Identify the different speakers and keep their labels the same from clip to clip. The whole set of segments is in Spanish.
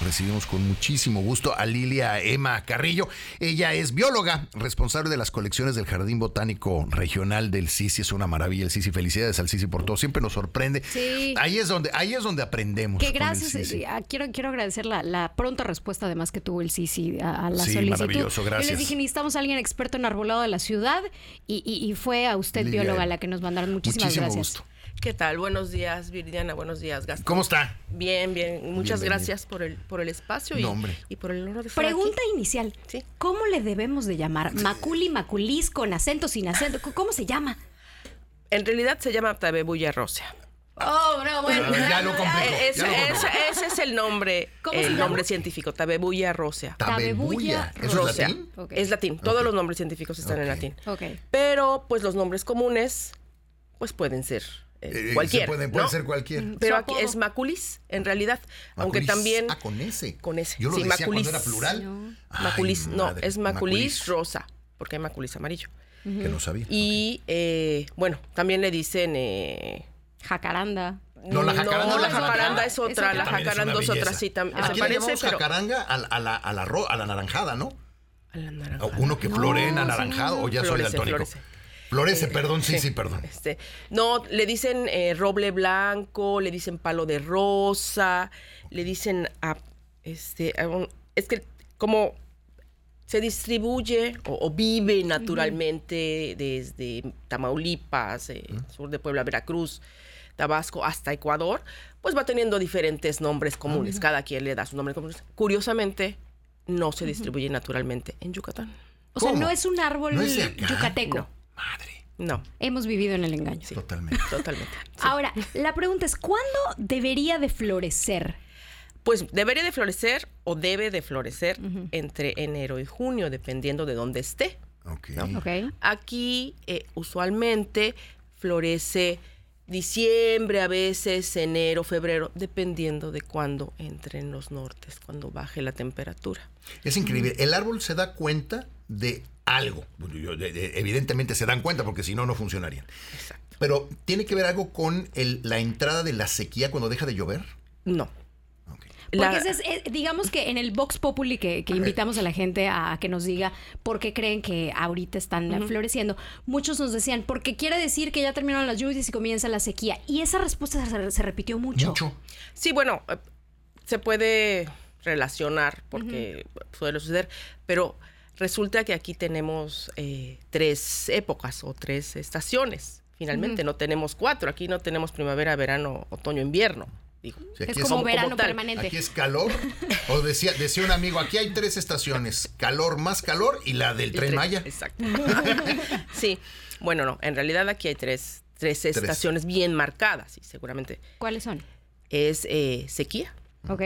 Speaker 1: recibimos con muchísimo gusto a Lilia Emma Carrillo. Ella es bióloga, responsable de las colecciones del Jardín Botánico Regional del Sisi. Es una maravilla el Sisi. Felicidades al Sisi por todo. Siempre nos sorprende.
Speaker 2: Sí.
Speaker 1: Ahí es donde, ahí es donde aprendemos.
Speaker 2: Que
Speaker 1: con el
Speaker 2: gracias,
Speaker 1: Sisi.
Speaker 2: eh, ah, quiero, quiero agradecer la, la pronta respuesta además que tuvo el Sisi a, a la
Speaker 1: Sí,
Speaker 2: solicitud.
Speaker 1: maravilloso,
Speaker 2: Yo
Speaker 1: gracias.
Speaker 2: les dije, necesitamos a alguien experto en arbolado de la ciudad y, y- y fue a usted,
Speaker 1: Lilia,
Speaker 2: bióloga, la que nos mandaron. Muchísimas
Speaker 1: muchísimo
Speaker 2: gracias.
Speaker 1: gusto.
Speaker 3: ¿Qué tal? Buenos días, Viridiana. Buenos días, Gastón.
Speaker 1: ¿Cómo está?
Speaker 3: Bien, bien. Muchas
Speaker 1: Bienvenida.
Speaker 3: gracias por el, por el espacio y,
Speaker 1: No, hombre.
Speaker 3: y por el honor de estar
Speaker 2: Pregunta
Speaker 3: aquí.
Speaker 2: inicial.
Speaker 3: Sí.
Speaker 2: ¿Cómo le debemos de llamar? ¿Maculi, maculis, con acento, sin acento? ¿Cómo- ¿Cómo se llama?
Speaker 3: En realidad se llama Tabebuya Rosa.
Speaker 2: Oh, no, bueno.
Speaker 1: Ah, Ya lo complicó.
Speaker 3: Ese,
Speaker 1: ya lo complicó.
Speaker 3: ese- ese es el nombre,
Speaker 2: ¿Cómo se
Speaker 3: el
Speaker 2: llama?
Speaker 3: nombre científico, Tabebuya Rosa.
Speaker 1: Tabebuya. ¿Eso es
Speaker 2: Rosa.
Speaker 1: latín?
Speaker 2: Ok.
Speaker 3: Es latín. Todos
Speaker 1: Ok.
Speaker 3: los nombres científicos están en
Speaker 1: Ok.
Speaker 3: latín.
Speaker 2: Ok.
Speaker 3: Pero, pues, los nombres comunes, pues, pueden ser eh,
Speaker 1: Eh,
Speaker 3: cualquier.
Speaker 1: se pueden, puede
Speaker 3: ¿no?
Speaker 1: ser cualquier.
Speaker 3: Pero
Speaker 2: Su
Speaker 3: aquí
Speaker 2: apodo.
Speaker 3: es Maculis, en realidad. Aunque
Speaker 1: Maculis.
Speaker 3: también...
Speaker 1: Ah, con ese.
Speaker 3: Con ese.
Speaker 1: Yo lo
Speaker 3: Sí,
Speaker 1: decía
Speaker 3: maculis.
Speaker 1: cuando era plural.
Speaker 2: No.
Speaker 1: Ay,
Speaker 3: Maculis, no,
Speaker 1: madre,
Speaker 3: es maculis, rosa, porque hay maculis amarillo.
Speaker 1: Que no sabía.
Speaker 3: Y eh, bueno, también le dicen... eh,
Speaker 2: Jacaranda.
Speaker 1: No, la jacaranda,
Speaker 3: no,
Speaker 1: la
Speaker 3: la jacaranda
Speaker 1: jacaranda.
Speaker 3: es otra,
Speaker 2: Es
Speaker 3: la
Speaker 1: También
Speaker 2: otra.
Speaker 1: es una
Speaker 3: jacaranda es, otra,
Speaker 1: belleza. Ah,
Speaker 3: sí, también.
Speaker 1: Aquí
Speaker 3: se
Speaker 1: le
Speaker 3: parece,
Speaker 1: llamamos
Speaker 3: pero...
Speaker 1: jacaranga a la, a la, a la ro- a la naranjada, ¿no?
Speaker 3: A la naranja.
Speaker 1: O Uno que
Speaker 2: No,
Speaker 1: floree en
Speaker 2: sí,
Speaker 1: anaranjado,
Speaker 2: no.
Speaker 1: o ya
Speaker 3: Florece,
Speaker 1: soy daltónico. Florece,
Speaker 3: florece.
Speaker 1: perdón, sí, sí, perdón.
Speaker 3: Este, no, le dicen eh, roble blanco, le dicen palo de rosa, le dicen a- este, a un- es que como se distribuye o, o vive naturalmente desde Tamaulipas, eh, sur de Puebla, Veracruz, Tabasco hasta Ecuador, pues va teniendo diferentes nombres comunes. Cada quien le da su nombre común. Curiosamente, no se distribuye naturalmente en Yucatán.
Speaker 2: O sea,
Speaker 1: ¿Cómo?
Speaker 2: no es un árbol
Speaker 1: ¿No es de acá?
Speaker 2: yucateco.
Speaker 3: No.
Speaker 1: Madre,
Speaker 3: No,
Speaker 2: Hemos vivido en el engaño.
Speaker 1: totalmente.
Speaker 3: totalmente.
Speaker 2: Ahora, la pregunta es, ¿cuándo debería de florecer?
Speaker 3: Pues debería de florecer o debe de florecer entre enero y junio, dependiendo de dónde esté.
Speaker 1: Ok.
Speaker 2: ¿Ok?
Speaker 3: Aquí eh, usualmente florece diciembre, a veces enero, febrero, dependiendo de cuándo entren los nortes, cuando baje la temperatura.
Speaker 1: Es increíble. El árbol se da cuenta de algo. Yo- de- de- Evidentemente se dan cuenta porque si no, no funcionarían.
Speaker 3: Exacto.
Speaker 1: Pero tiene que ver algo con el- la entrada de la sequía cuando deja de llover.
Speaker 3: No.
Speaker 1: Ok.
Speaker 2: Porque
Speaker 3: La-
Speaker 2: ese es, eh, digamos que en el Vox Populi que, que invitamos a la gente a, a que nos diga por qué creen que ahorita están eh, floreciendo, muchos nos decían, porque quiere decir que ya terminaron las lluvias y comienza la sequía. Y esa respuesta se, se repitió mucho.
Speaker 1: Mucho.
Speaker 3: Sí, bueno, eh, se puede relacionar porque suele suceder, pero resulta que aquí tenemos eh, tres épocas o tres estaciones. Finalmente, no tenemos cuatro. Aquí no tenemos primavera, verano, otoño, invierno. Digo,
Speaker 1: Sí,
Speaker 2: Es
Speaker 1: aquí
Speaker 2: como,
Speaker 3: como
Speaker 2: verano
Speaker 3: tal.
Speaker 2: permanente.
Speaker 1: Aquí es calor. O decía, decía un amigo, aquí hay tres estaciones. Calor, más calor y la del
Speaker 3: el
Speaker 1: tren
Speaker 3: tren,
Speaker 1: Maya.
Speaker 3: Exacto. sí, bueno, no. En realidad aquí hay tres, tres estaciones bien marcadas y seguramente
Speaker 2: ¿Cuáles son?
Speaker 3: es eh, sequía,
Speaker 2: ¿Ok?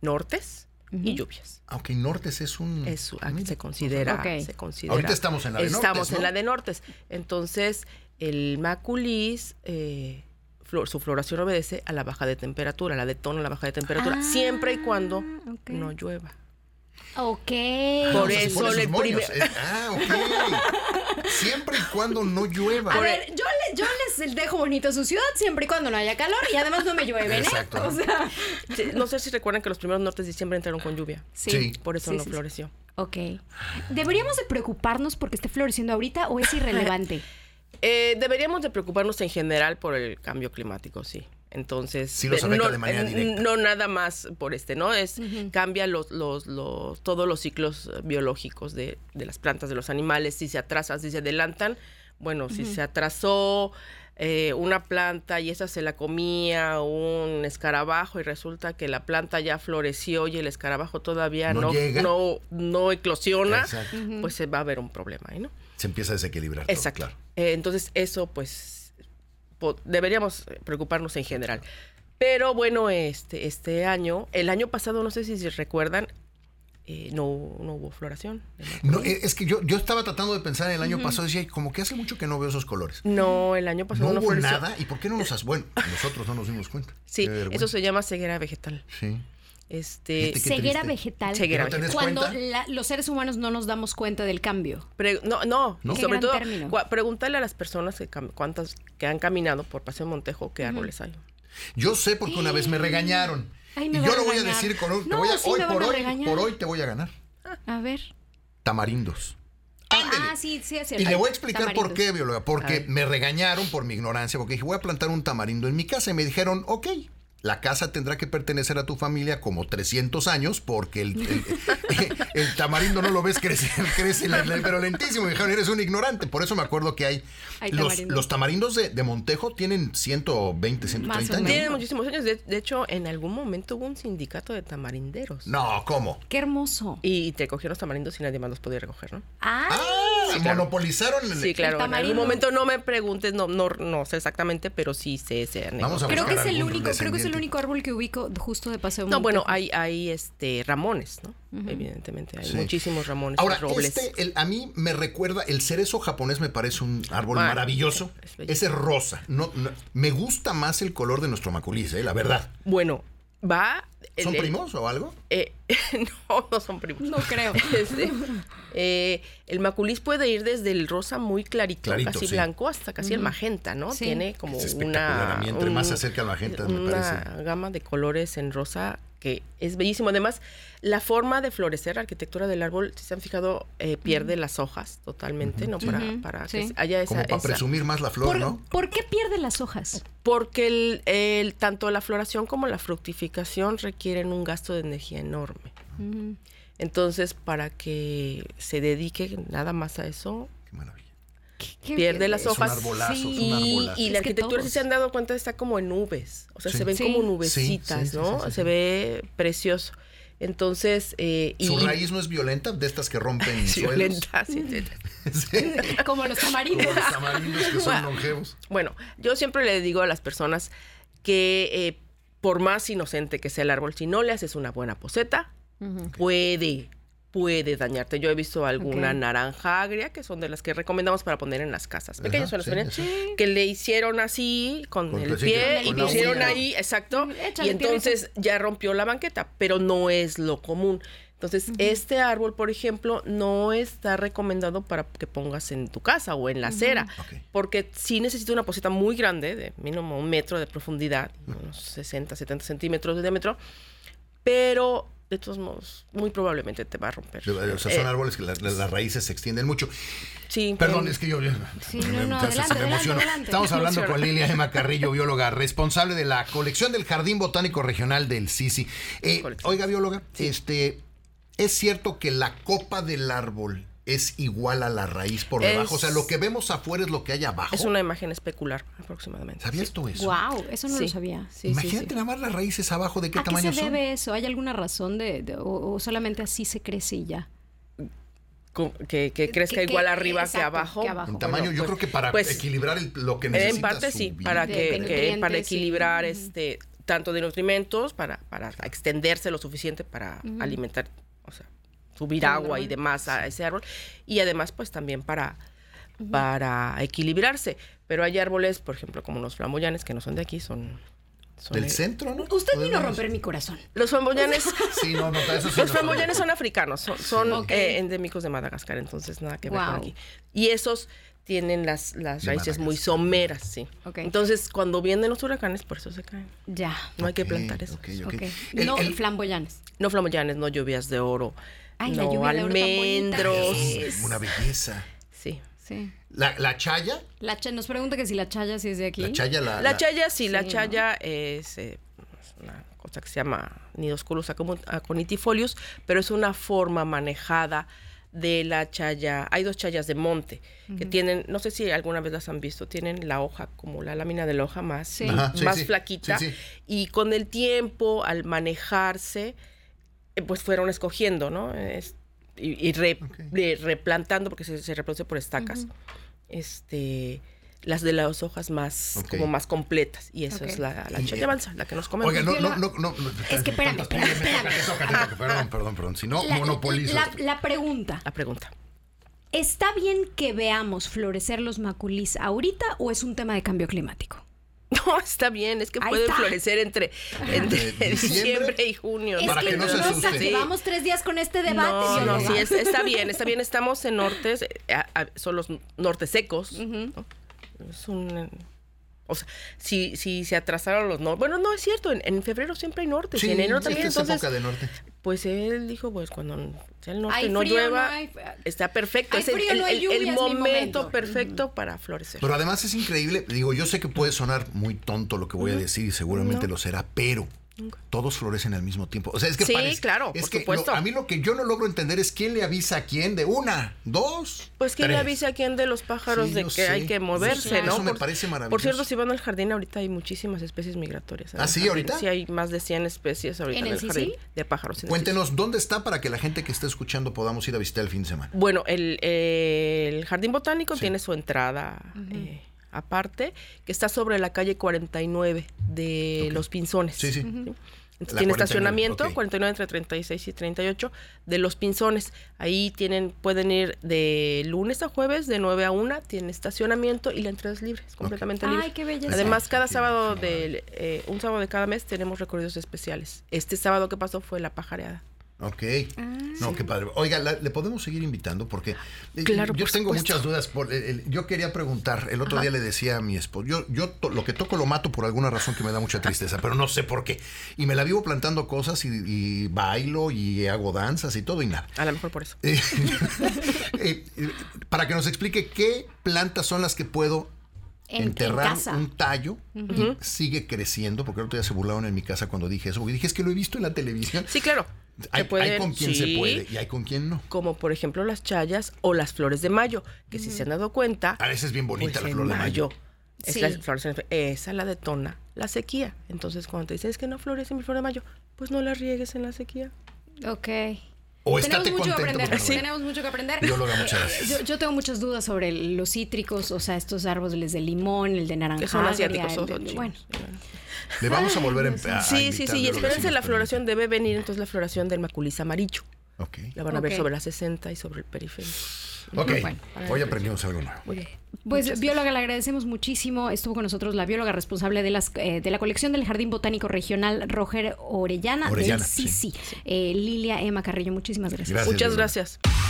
Speaker 3: nortes y lluvias.
Speaker 1: Aunque Nortes es un...
Speaker 3: Es-
Speaker 1: Ah, mira.
Speaker 3: se considera,
Speaker 2: Ok.
Speaker 3: se considera-
Speaker 1: Ahorita estamos en la de
Speaker 3: estamos
Speaker 1: nortes, ¿no?
Speaker 3: en la de nortes. Entonces, el maculis, eh, flor- su floración obedece a la baja de temperatura, la detona la baja de temperatura,
Speaker 2: Ah,
Speaker 3: siempre y cuando
Speaker 2: ok.
Speaker 3: no llueva.
Speaker 2: Ok.
Speaker 1: Ah,
Speaker 3: Por
Speaker 1: se
Speaker 3: eso
Speaker 1: pone sus
Speaker 3: le
Speaker 1: moños.
Speaker 3: prime-
Speaker 1: Eh, Ah, ok. Siempre y cuando no llueva.
Speaker 2: A ver, yo, le- yo les dejo bonito su ciudad siempre y cuando no haya calor y además no me llueve, ¿eh?
Speaker 1: Exacto.
Speaker 2: O sea,
Speaker 3: Sí, No sé si recuerdan que los primeros nortes de diciembre entraron con lluvia,
Speaker 2: sí.
Speaker 1: Sí.
Speaker 3: por eso
Speaker 2: Sí,
Speaker 3: no
Speaker 2: sí, sí.
Speaker 3: floreció.
Speaker 2: Ok. ¿Deberíamos de preocuparnos porque esté floreciendo ahorita o es irrelevante?
Speaker 3: Eh, deberíamos de preocuparnos en general por el cambio climático, sí. Entonces,
Speaker 1: Sí los
Speaker 3: de-
Speaker 1: afecta
Speaker 3: no,
Speaker 1: de manera
Speaker 3: eh,
Speaker 1: directa.
Speaker 3: no nada más por este, ¿no? Es cambia los, los, los- todos los ciclos eh, biológicos de, de las plantas, de los animales, si se atrasan, si se adelantan. Bueno, si se atrasó eh, una planta y esa se la comía un escarabajo y resulta que la planta ya floreció y el escarabajo todavía
Speaker 1: No
Speaker 3: no,
Speaker 1: llega.
Speaker 3: no, no eclosiona,
Speaker 1: Exacto.
Speaker 3: pues se va a haber un problema ahí, ¿no?
Speaker 1: Se empieza a desequilibrar. todo,
Speaker 3: Exacto.
Speaker 1: claro.
Speaker 3: Eh, entonces, eso, pues, po- deberíamos eh, preocuparnos en general. Pero bueno, este, este año, el año pasado, no sé si se recuerdan, eh, no, no hubo floración. de mar-
Speaker 1: No, eh, es que yo, yo estaba tratando de pensar en el año pasado. Decía, como que hace mucho que no veo esos colores.
Speaker 3: No, el año pasado
Speaker 1: No,
Speaker 3: no,
Speaker 1: hubo
Speaker 3: floreció.
Speaker 1: nada. ¿Y por qué no nos has... Bueno, nosotros no nos dimos cuenta.
Speaker 3: Sí,
Speaker 1: Qué
Speaker 3: eso
Speaker 1: vergüenza.
Speaker 3: se llama ceguera vegetal.
Speaker 1: Sí.
Speaker 3: Este,
Speaker 1: Fíjate Qué
Speaker 2: Ceguera
Speaker 1: triste.
Speaker 2: vegetal.
Speaker 3: Ceguera
Speaker 1: ¿No te des
Speaker 2: Cuando
Speaker 1: cuenta?
Speaker 2: la- los seres humanos no nos damos cuenta del cambio.
Speaker 3: pre- no, no,
Speaker 1: ¿No?
Speaker 3: y
Speaker 1: Qué
Speaker 3: sobre
Speaker 2: gran
Speaker 3: todo,
Speaker 2: término.
Speaker 3: cua- pregúntale a las personas que, cam- cuántas, que han caminado por Paseo Montejo qué árboles hay.
Speaker 1: Yo sé porque una vez me regañaron.
Speaker 2: Ay, me
Speaker 1: y
Speaker 2: van
Speaker 1: yo lo voy a
Speaker 2: regañar.
Speaker 1: decir con un. te
Speaker 2: No,
Speaker 1: voy a-
Speaker 2: sí
Speaker 1: hoy
Speaker 2: me van
Speaker 1: por
Speaker 2: a
Speaker 1: hoy,
Speaker 2: regañar.
Speaker 1: por hoy te voy a ganar.
Speaker 2: A ver.
Speaker 1: Tamarindos.
Speaker 2: Ah, sí, sí, es cierto.
Speaker 1: Y le voy a
Speaker 2: Ay,
Speaker 1: explicar por
Speaker 2: tamarindos.
Speaker 1: qué, bióloga. Porque me regañaron por mi ignorancia, porque dije, voy a plantar un tamarindo en mi casa. Y me dijeron, ok, la casa tendrá que pertenecer a tu familia como 300 años, porque el, el- el tamarindo no lo ves crecer, crece le- le- pero lentísimo. Me dijeron, eres un ignorante. Por eso me acuerdo que hay.
Speaker 2: Hay
Speaker 1: los,
Speaker 2: tamarindos.
Speaker 1: los tamarindos de, de Montejo tienen 120, 130
Speaker 2: menos.
Speaker 1: años.
Speaker 3: Tiene muchísimos años. De, de hecho, en algún momento hubo un sindicato de tamarinderos.
Speaker 1: No, ¿cómo?
Speaker 2: Qué hermoso.
Speaker 3: Y te cogieron los tamarindos y nadie más los podía recoger, ¿no?
Speaker 2: Ah,
Speaker 1: Ah, monopolizaron. el-
Speaker 3: Sí, claro. En algún
Speaker 2: tamarindo.
Speaker 3: momento no me preguntes, no, no, no sé exactamente, pero sí sé ese anécdota.
Speaker 1: Vamos a
Speaker 2: creo que es
Speaker 1: buscar
Speaker 2: el
Speaker 1: algún
Speaker 2: único, creo que es el
Speaker 1: descendiente.
Speaker 2: único árbol que ubico justo de paseo.
Speaker 3: No,
Speaker 2: Monte.
Speaker 3: bueno, hay, hay este ramones, ¿no? Evidentemente, hay
Speaker 1: Sí.
Speaker 3: muchísimos ramones,
Speaker 1: Ahora,
Speaker 3: robles.
Speaker 1: este, el- a mí me recuerda, el cerezo japonés me parece un árbol
Speaker 3: Ah,
Speaker 1: maravilloso.
Speaker 3: es bello.
Speaker 1: Ese rosa. No, no- me gusta más el color de nuestro maculís, eh, la verdad.
Speaker 3: Bueno, va. el-
Speaker 1: ¿Son
Speaker 3: el-
Speaker 1: primos o algo?
Speaker 3: eh, no, no son primos.
Speaker 2: No creo.
Speaker 3: Este, eh, el maculís puede ir desde el rosa muy clarito,
Speaker 1: Clarito,
Speaker 3: casi
Speaker 1: sí.
Speaker 3: blanco, hasta casi el magenta, ¿no?
Speaker 2: Sí.
Speaker 3: Tiene como
Speaker 1: Es espectacular,
Speaker 3: una.
Speaker 1: a mí entre más se acerca al magenta, me
Speaker 3: una
Speaker 1: parece.
Speaker 3: gama de colores en rosa que es bellísimo. Además, la forma de florecer, la arquitectura del árbol, si se han fijado, eh, pierde las hojas totalmente, ¿no? Para,
Speaker 2: Ujú,
Speaker 3: para
Speaker 2: sí.
Speaker 3: que haya esa.
Speaker 1: Como para
Speaker 3: esa-
Speaker 1: presumir más la flor,
Speaker 2: ¿Por,
Speaker 1: ¿no?
Speaker 2: por qué pierde las hojas?
Speaker 3: Porque el, el- tanto la floración como la fructificación requieren un gasto de energía enorme.
Speaker 2: Mm.
Speaker 3: Entonces, para que se dedique nada más a eso,
Speaker 1: Qué maravilla.
Speaker 2: ¿Qué- qué
Speaker 3: Pierde las
Speaker 1: Es un
Speaker 3: hojas.
Speaker 1: arbolazo, es
Speaker 2: Sí.
Speaker 1: un
Speaker 3: Y,
Speaker 1: arbolazo.
Speaker 3: y
Speaker 2: Es
Speaker 3: la
Speaker 2: que
Speaker 3: arquitectura, si
Speaker 2: todos.
Speaker 3: se han dado cuenta, está como en nubes. O sea,
Speaker 1: Sí.
Speaker 3: se ven
Speaker 2: Sí.
Speaker 3: como
Speaker 2: Sí, sí,
Speaker 3: nubecitas,
Speaker 1: sí,
Speaker 3: ¿no?
Speaker 1: sí, sí,
Speaker 3: Se
Speaker 1: sí.
Speaker 3: ve precioso. Entonces, eh, y.
Speaker 1: ¿Su raíz no es violenta? De estas que rompen
Speaker 3: Sí,
Speaker 1: suelos.
Speaker 3: lenta, sí, sí, sí.
Speaker 1: Sí.
Speaker 2: Como los
Speaker 1: Como
Speaker 2: tamarindos.
Speaker 1: los tamarindos que son longevos.
Speaker 3: Bueno, yo siempre le digo a las personas que eh, por más inocente que sea el árbol, si no le haces una buena poseta,
Speaker 2: Ujú.
Speaker 3: puede, puede dañarte. Yo he visto alguna
Speaker 2: Ok.
Speaker 3: naranja agria, que son de las que recomendamos para poner en las casas.
Speaker 1: Ajá,
Speaker 3: Pequeñas suelos
Speaker 1: sí,
Speaker 3: pequeñas,
Speaker 1: sí.
Speaker 3: que le hicieron así con,
Speaker 1: Con
Speaker 3: el
Speaker 1: reciclo,
Speaker 3: pie y
Speaker 2: con la
Speaker 3: pusieron
Speaker 2: uña.
Speaker 3: ahí, exacto.
Speaker 2: Mm, échale,
Speaker 3: y entonces ya rompió la banqueta, pero no es lo común. Entonces, este árbol, por ejemplo, no está recomendado para que pongas en tu casa o en la acera,
Speaker 1: Ok.
Speaker 3: porque sí necesita una poseta muy grande, de mínimo un metro de profundidad, unos 60, 70 centímetros de diámetro, pero de todos modos, muy probablemente te va a romper.
Speaker 1: O sea,
Speaker 3: Eh,
Speaker 1: son árboles que las, las las raíces se extienden mucho.
Speaker 3: sí,
Speaker 1: Perdón,
Speaker 3: en-
Speaker 1: es que yo. yo-
Speaker 2: Sí, no, no,
Speaker 1: se- se
Speaker 2: adelante,
Speaker 1: me
Speaker 2: adelante,
Speaker 1: emociono.
Speaker 2: adelante.
Speaker 1: Estamos
Speaker 2: Me
Speaker 1: hablando con
Speaker 3: emociono.
Speaker 1: Lilia Emma Carrillo, bióloga responsable de la colección del Jardín Botánico Regional del Sisi. Eh,
Speaker 3: Colección.
Speaker 1: oiga, bióloga, este, ¿es cierto que la copa del árbol es igual a la raíz por
Speaker 3: Es-
Speaker 1: debajo? O sea, lo que vemos afuera es lo que hay abajo.
Speaker 3: es una imagen especular aproximadamente.
Speaker 1: ¿Sabías
Speaker 3: sí.
Speaker 1: tú eso?
Speaker 2: Wow, eso no
Speaker 3: Sí.
Speaker 2: lo sabía.
Speaker 3: Sí, sí,
Speaker 1: Imagínate
Speaker 3: sí.
Speaker 1: nada más las raíces abajo, ¿de qué
Speaker 2: ¿A qué
Speaker 1: tamaño
Speaker 2: se
Speaker 1: son?
Speaker 2: debe eso? ¿Hay alguna razón de, de- o, o solamente así se crece y ya?
Speaker 3: Co- que, que crezca
Speaker 2: que-
Speaker 3: igual arriba que
Speaker 2: exacto,
Speaker 3: abajo.
Speaker 2: que abajo.
Speaker 1: En tamaño,
Speaker 3: Bueno,
Speaker 1: yo creo
Speaker 3: pues-
Speaker 1: que para
Speaker 3: pues,
Speaker 1: equilibrar el- lo que necesitas.
Speaker 3: En parte sí, para
Speaker 2: De-
Speaker 3: que,
Speaker 2: de
Speaker 3: que- para
Speaker 2: nutrientes y-
Speaker 3: equilibrar este tanto de nutrimentos para para extenderse lo suficiente para alimentar, o sea, subir
Speaker 2: Todo
Speaker 3: agua y
Speaker 2: normal.
Speaker 3: demás a ese árbol y además pues también para para equilibrarse, pero hay árboles, por ejemplo, como los flamboyanes que no son de aquí, son, son
Speaker 1: Del
Speaker 3: de-
Speaker 1: centro, ¿no?
Speaker 2: Usted vino a
Speaker 1: Podemos-
Speaker 2: romper mi corazón.
Speaker 3: Los flamboyanes
Speaker 1: Sí, no, no, eso sí.
Speaker 3: los
Speaker 1: no.
Speaker 3: flamboyanes son africanos, son, son,
Speaker 2: Ok.
Speaker 3: eh, endémicos de Madagascar, entonces nada que ver con
Speaker 2: Guau.
Speaker 3: aquí. Y esos tienen las, las
Speaker 1: De
Speaker 3: raíces muy
Speaker 1: Madagascar.
Speaker 3: someras, sí.
Speaker 2: Ok.
Speaker 3: Entonces, cuando vienen los huracanes, por eso se caen.
Speaker 2: Ya.
Speaker 3: No hay que
Speaker 1: Ok,
Speaker 3: plantar eso.
Speaker 1: ok, ok.
Speaker 2: Ok.
Speaker 1: El-
Speaker 2: no,
Speaker 1: el-
Speaker 2: flamboyanes.
Speaker 3: No flamboyanes, no lluvias de oro,
Speaker 2: Ay, la
Speaker 3: no
Speaker 2: lluvia de oro tan bonita
Speaker 3: almendros.
Speaker 2: que
Speaker 1: Es una belleza.
Speaker 3: sí.
Speaker 2: Sí.
Speaker 1: La, la chaya,
Speaker 2: La cha- nos pregunta que si la chaya sí es de aquí.
Speaker 1: la chaya, la,
Speaker 3: La
Speaker 1: la-
Speaker 3: chaya, sí, la
Speaker 2: Sí, ¿no?
Speaker 3: chaya es, eh, es una cosa que se llama nidosculus acumu- aconitifolius, pero es una forma manejada de la chaya. Hay dos chayas de monte que tienen, no sé si alguna vez las han visto, tienen la hoja como la lámina de la hoja más,
Speaker 2: Sí.
Speaker 1: Ajá, sí,
Speaker 3: más
Speaker 1: sí,
Speaker 3: flaquita
Speaker 1: sí, sí.
Speaker 3: y con el tiempo, al manejarse, eh, pues fueron escogiendo, ¿no? Es- y y re- re- replantando, porque se, se reproduce por estacas, este, las de las hojas más,
Speaker 1: Ok.
Speaker 3: como más completas. Y eso
Speaker 2: Ok.
Speaker 3: es la, la
Speaker 1: Y,
Speaker 3: chaya
Speaker 1: eh,
Speaker 3: balsa, la que nos comemos.
Speaker 1: Oiga, no, no, no, no, no.
Speaker 2: Es que espérame,
Speaker 1: Tantas-
Speaker 2: espérame, espérame.
Speaker 1: Te toca, te toca, Perdón, perdón, perdón. Si no,
Speaker 2: La-
Speaker 1: monopolizo.
Speaker 2: la- la pregunta.
Speaker 3: La pregunta.
Speaker 2: ¿Está bien que veamos florecer los maculís ahorita o es un tema de cambio climático?
Speaker 3: No, está bien, es que
Speaker 2: Ahí
Speaker 3: pueden
Speaker 2: está.
Speaker 3: florecer entre, entre
Speaker 1: Entre
Speaker 3: diciembre
Speaker 1: diciembre
Speaker 3: y junio.
Speaker 2: Es
Speaker 3: ¿no?
Speaker 1: Para que no se
Speaker 2: nos
Speaker 1: asuste.
Speaker 2: saque, Llevamos tres días con este debate.
Speaker 3: No, no,
Speaker 2: bióloga.
Speaker 3: sí, es- está bien, está bien. Estamos en nortes, eh, a- a- son los nortes secos. ¿no? Es un, eh, O sea, si, si se atrasaron los norte. Bueno, no es cierto, en, en febrero siempre hay norte.
Speaker 1: Sí,
Speaker 3: y en enero
Speaker 1: sí,
Speaker 3: también.
Speaker 1: esta es
Speaker 3: entonces,
Speaker 1: época de norte.
Speaker 3: pues él dijo, pues cuando sea el norte
Speaker 2: Hay
Speaker 3: no
Speaker 2: frío,
Speaker 3: llueva,
Speaker 2: no hay- ah,
Speaker 3: está perfecto.
Speaker 2: hay
Speaker 3: es el,
Speaker 2: frío,
Speaker 3: el-
Speaker 2: no hay
Speaker 3: el-
Speaker 2: lluvia,
Speaker 3: el
Speaker 2: es mi
Speaker 3: momento,
Speaker 2: momento.
Speaker 3: perfecto para florecer.
Speaker 1: Pero además es increíble, digo, yo sé que puede sonar muy tonto lo que voy a decir y seguramente lo será, pero todos florecen al mismo tiempo. O sea, es que
Speaker 3: Sí,
Speaker 1: parece-
Speaker 3: claro,
Speaker 1: es
Speaker 3: por
Speaker 1: que lo-
Speaker 3: supuesto.
Speaker 1: a mí lo que yo no logro entender es quién le avisa a quién de una, dos.
Speaker 3: Pues quién
Speaker 1: tres.
Speaker 3: le avisa a quién de los pájaros
Speaker 1: Sí,
Speaker 3: de
Speaker 1: yo
Speaker 3: que
Speaker 1: sé,
Speaker 3: hay que
Speaker 1: yo
Speaker 3: moverse,
Speaker 1: sé,
Speaker 3: ¿no?
Speaker 1: eso me
Speaker 3: por,
Speaker 1: parece maravilloso.
Speaker 3: Por cierto, si van al jardín ahorita hay muchísimas especies migratorias. en
Speaker 1: ¿Ah,
Speaker 3: el
Speaker 1: sí,
Speaker 3: jardín.
Speaker 1: ahorita?
Speaker 3: Sí, hay más de 100 especies ahorita
Speaker 2: ¿En
Speaker 3: en,
Speaker 2: el
Speaker 3: el jardín
Speaker 2: Sisi?
Speaker 3: de pájaros. en el
Speaker 1: Cuéntenos dónde está para que la gente que esté escuchando podamos ir a visitar el fin de semana.
Speaker 3: Sisi. Bueno, el, eh, el jardín botánico tiene su entrada eh, aparte, que está sobre la calle 49 de Los Pinzones.
Speaker 1: Sí, sí.
Speaker 3: Entonces,
Speaker 1: La
Speaker 3: tiene
Speaker 1: 49,
Speaker 3: estacionamiento,
Speaker 1: ok.
Speaker 3: 49 entre 36 y 38, de los pinzones. Ahí tienen, pueden ir de lunes a jueves, de 9 a 1, tiene estacionamiento y la entrada es libre, es completamente
Speaker 2: Ay,
Speaker 3: libre.
Speaker 2: qué belleza.
Speaker 3: Además,
Speaker 1: Exacto,
Speaker 3: cada
Speaker 1: sí,
Speaker 3: sábado,
Speaker 1: sí,
Speaker 3: del, eh, un sábado de cada mes, tenemos recorridos especiales. Este sábado que pasó fue la pajareada.
Speaker 1: Ok. no, qué padre. Oiga, la- le podemos seguir invitando porque eh,
Speaker 3: Claro,
Speaker 1: yo
Speaker 3: por
Speaker 1: tengo
Speaker 3: supuesto.
Speaker 1: muchas dudas. Por, el- el- yo quería preguntar, el otro día le decía a mi esposo, yo, yo to- lo que toco lo mato por alguna razón que me da mucha tristeza, pero no sé por qué. Y me la vivo plantando cosas y, y bailo y hago danzas y todo y nada.
Speaker 3: A lo mejor por eso.
Speaker 1: Eh, eh, eh, para que nos explique qué plantas son las que puedo
Speaker 2: En- en
Speaker 1: enterrar
Speaker 2: casa.
Speaker 1: un tallo y sigue creciendo, porque el otro día se burlaron en mi casa cuando dije eso, porque dije es que lo he visto en la televisión.
Speaker 3: Sí, claro. se
Speaker 1: Hay, hay
Speaker 3: pueden-
Speaker 1: con quien
Speaker 3: sí,
Speaker 1: se puede y hay con quien no.
Speaker 3: Como por ejemplo las chayas o las flores de mayo, que si se han dado cuenta,
Speaker 1: A veces Ah, es bien bonita
Speaker 3: Pues
Speaker 1: la
Speaker 3: en
Speaker 1: flor de mayo.
Speaker 3: Es
Speaker 2: Sí.
Speaker 3: la floración- esa la detona la sequía. Entonces, cuando te dicen es que no florece mi flor de mayo, pues no la riegues en la sequía.
Speaker 2: Ok.
Speaker 1: O
Speaker 2: Tenemos
Speaker 1: estate
Speaker 2: mucho que
Speaker 1: contento.
Speaker 2: aprender.
Speaker 1: porque-
Speaker 2: Tenemos mucho que aprender.
Speaker 1: Bióloga, muchas
Speaker 2: Eh,
Speaker 1: gracias.
Speaker 2: Yo, yo tengo muchas dudas sobre el- los cítricos, o sea, estos árboles de limón, el de naranja.
Speaker 3: Que son asiáticos,
Speaker 2: agria, el
Speaker 3: son
Speaker 2: de-
Speaker 3: chinos.
Speaker 2: bueno,
Speaker 1: Le vamos a volver a, em-, a
Speaker 3: Sí,
Speaker 1: invitar,
Speaker 3: sí, sí. Y
Speaker 1: bióloga, si
Speaker 3: espérense,
Speaker 1: nos
Speaker 3: la
Speaker 1: permite.
Speaker 3: floración debe venir entonces la floración del maculis amarillo.
Speaker 1: Ok.
Speaker 3: La van a ver
Speaker 2: Ok.
Speaker 3: sobre la 60 y sobre el periférico.
Speaker 1: Ok.
Speaker 2: Bueno.
Speaker 1: Hoy aprendimos algo nuevo.
Speaker 2: Pues bióloga, le agradecemos muchísimo. Estuvo con nosotros la bióloga responsable de las eh, de la colección del Jardín Botánico Regional Roger Orellana,
Speaker 1: Orellana,
Speaker 2: del
Speaker 1: sí.
Speaker 2: Sisi. Eh, Lilia Emma Carrillo, muchísimas gracias.
Speaker 1: Gracias,
Speaker 3: Muchas
Speaker 1: bióloga.
Speaker 3: gracias.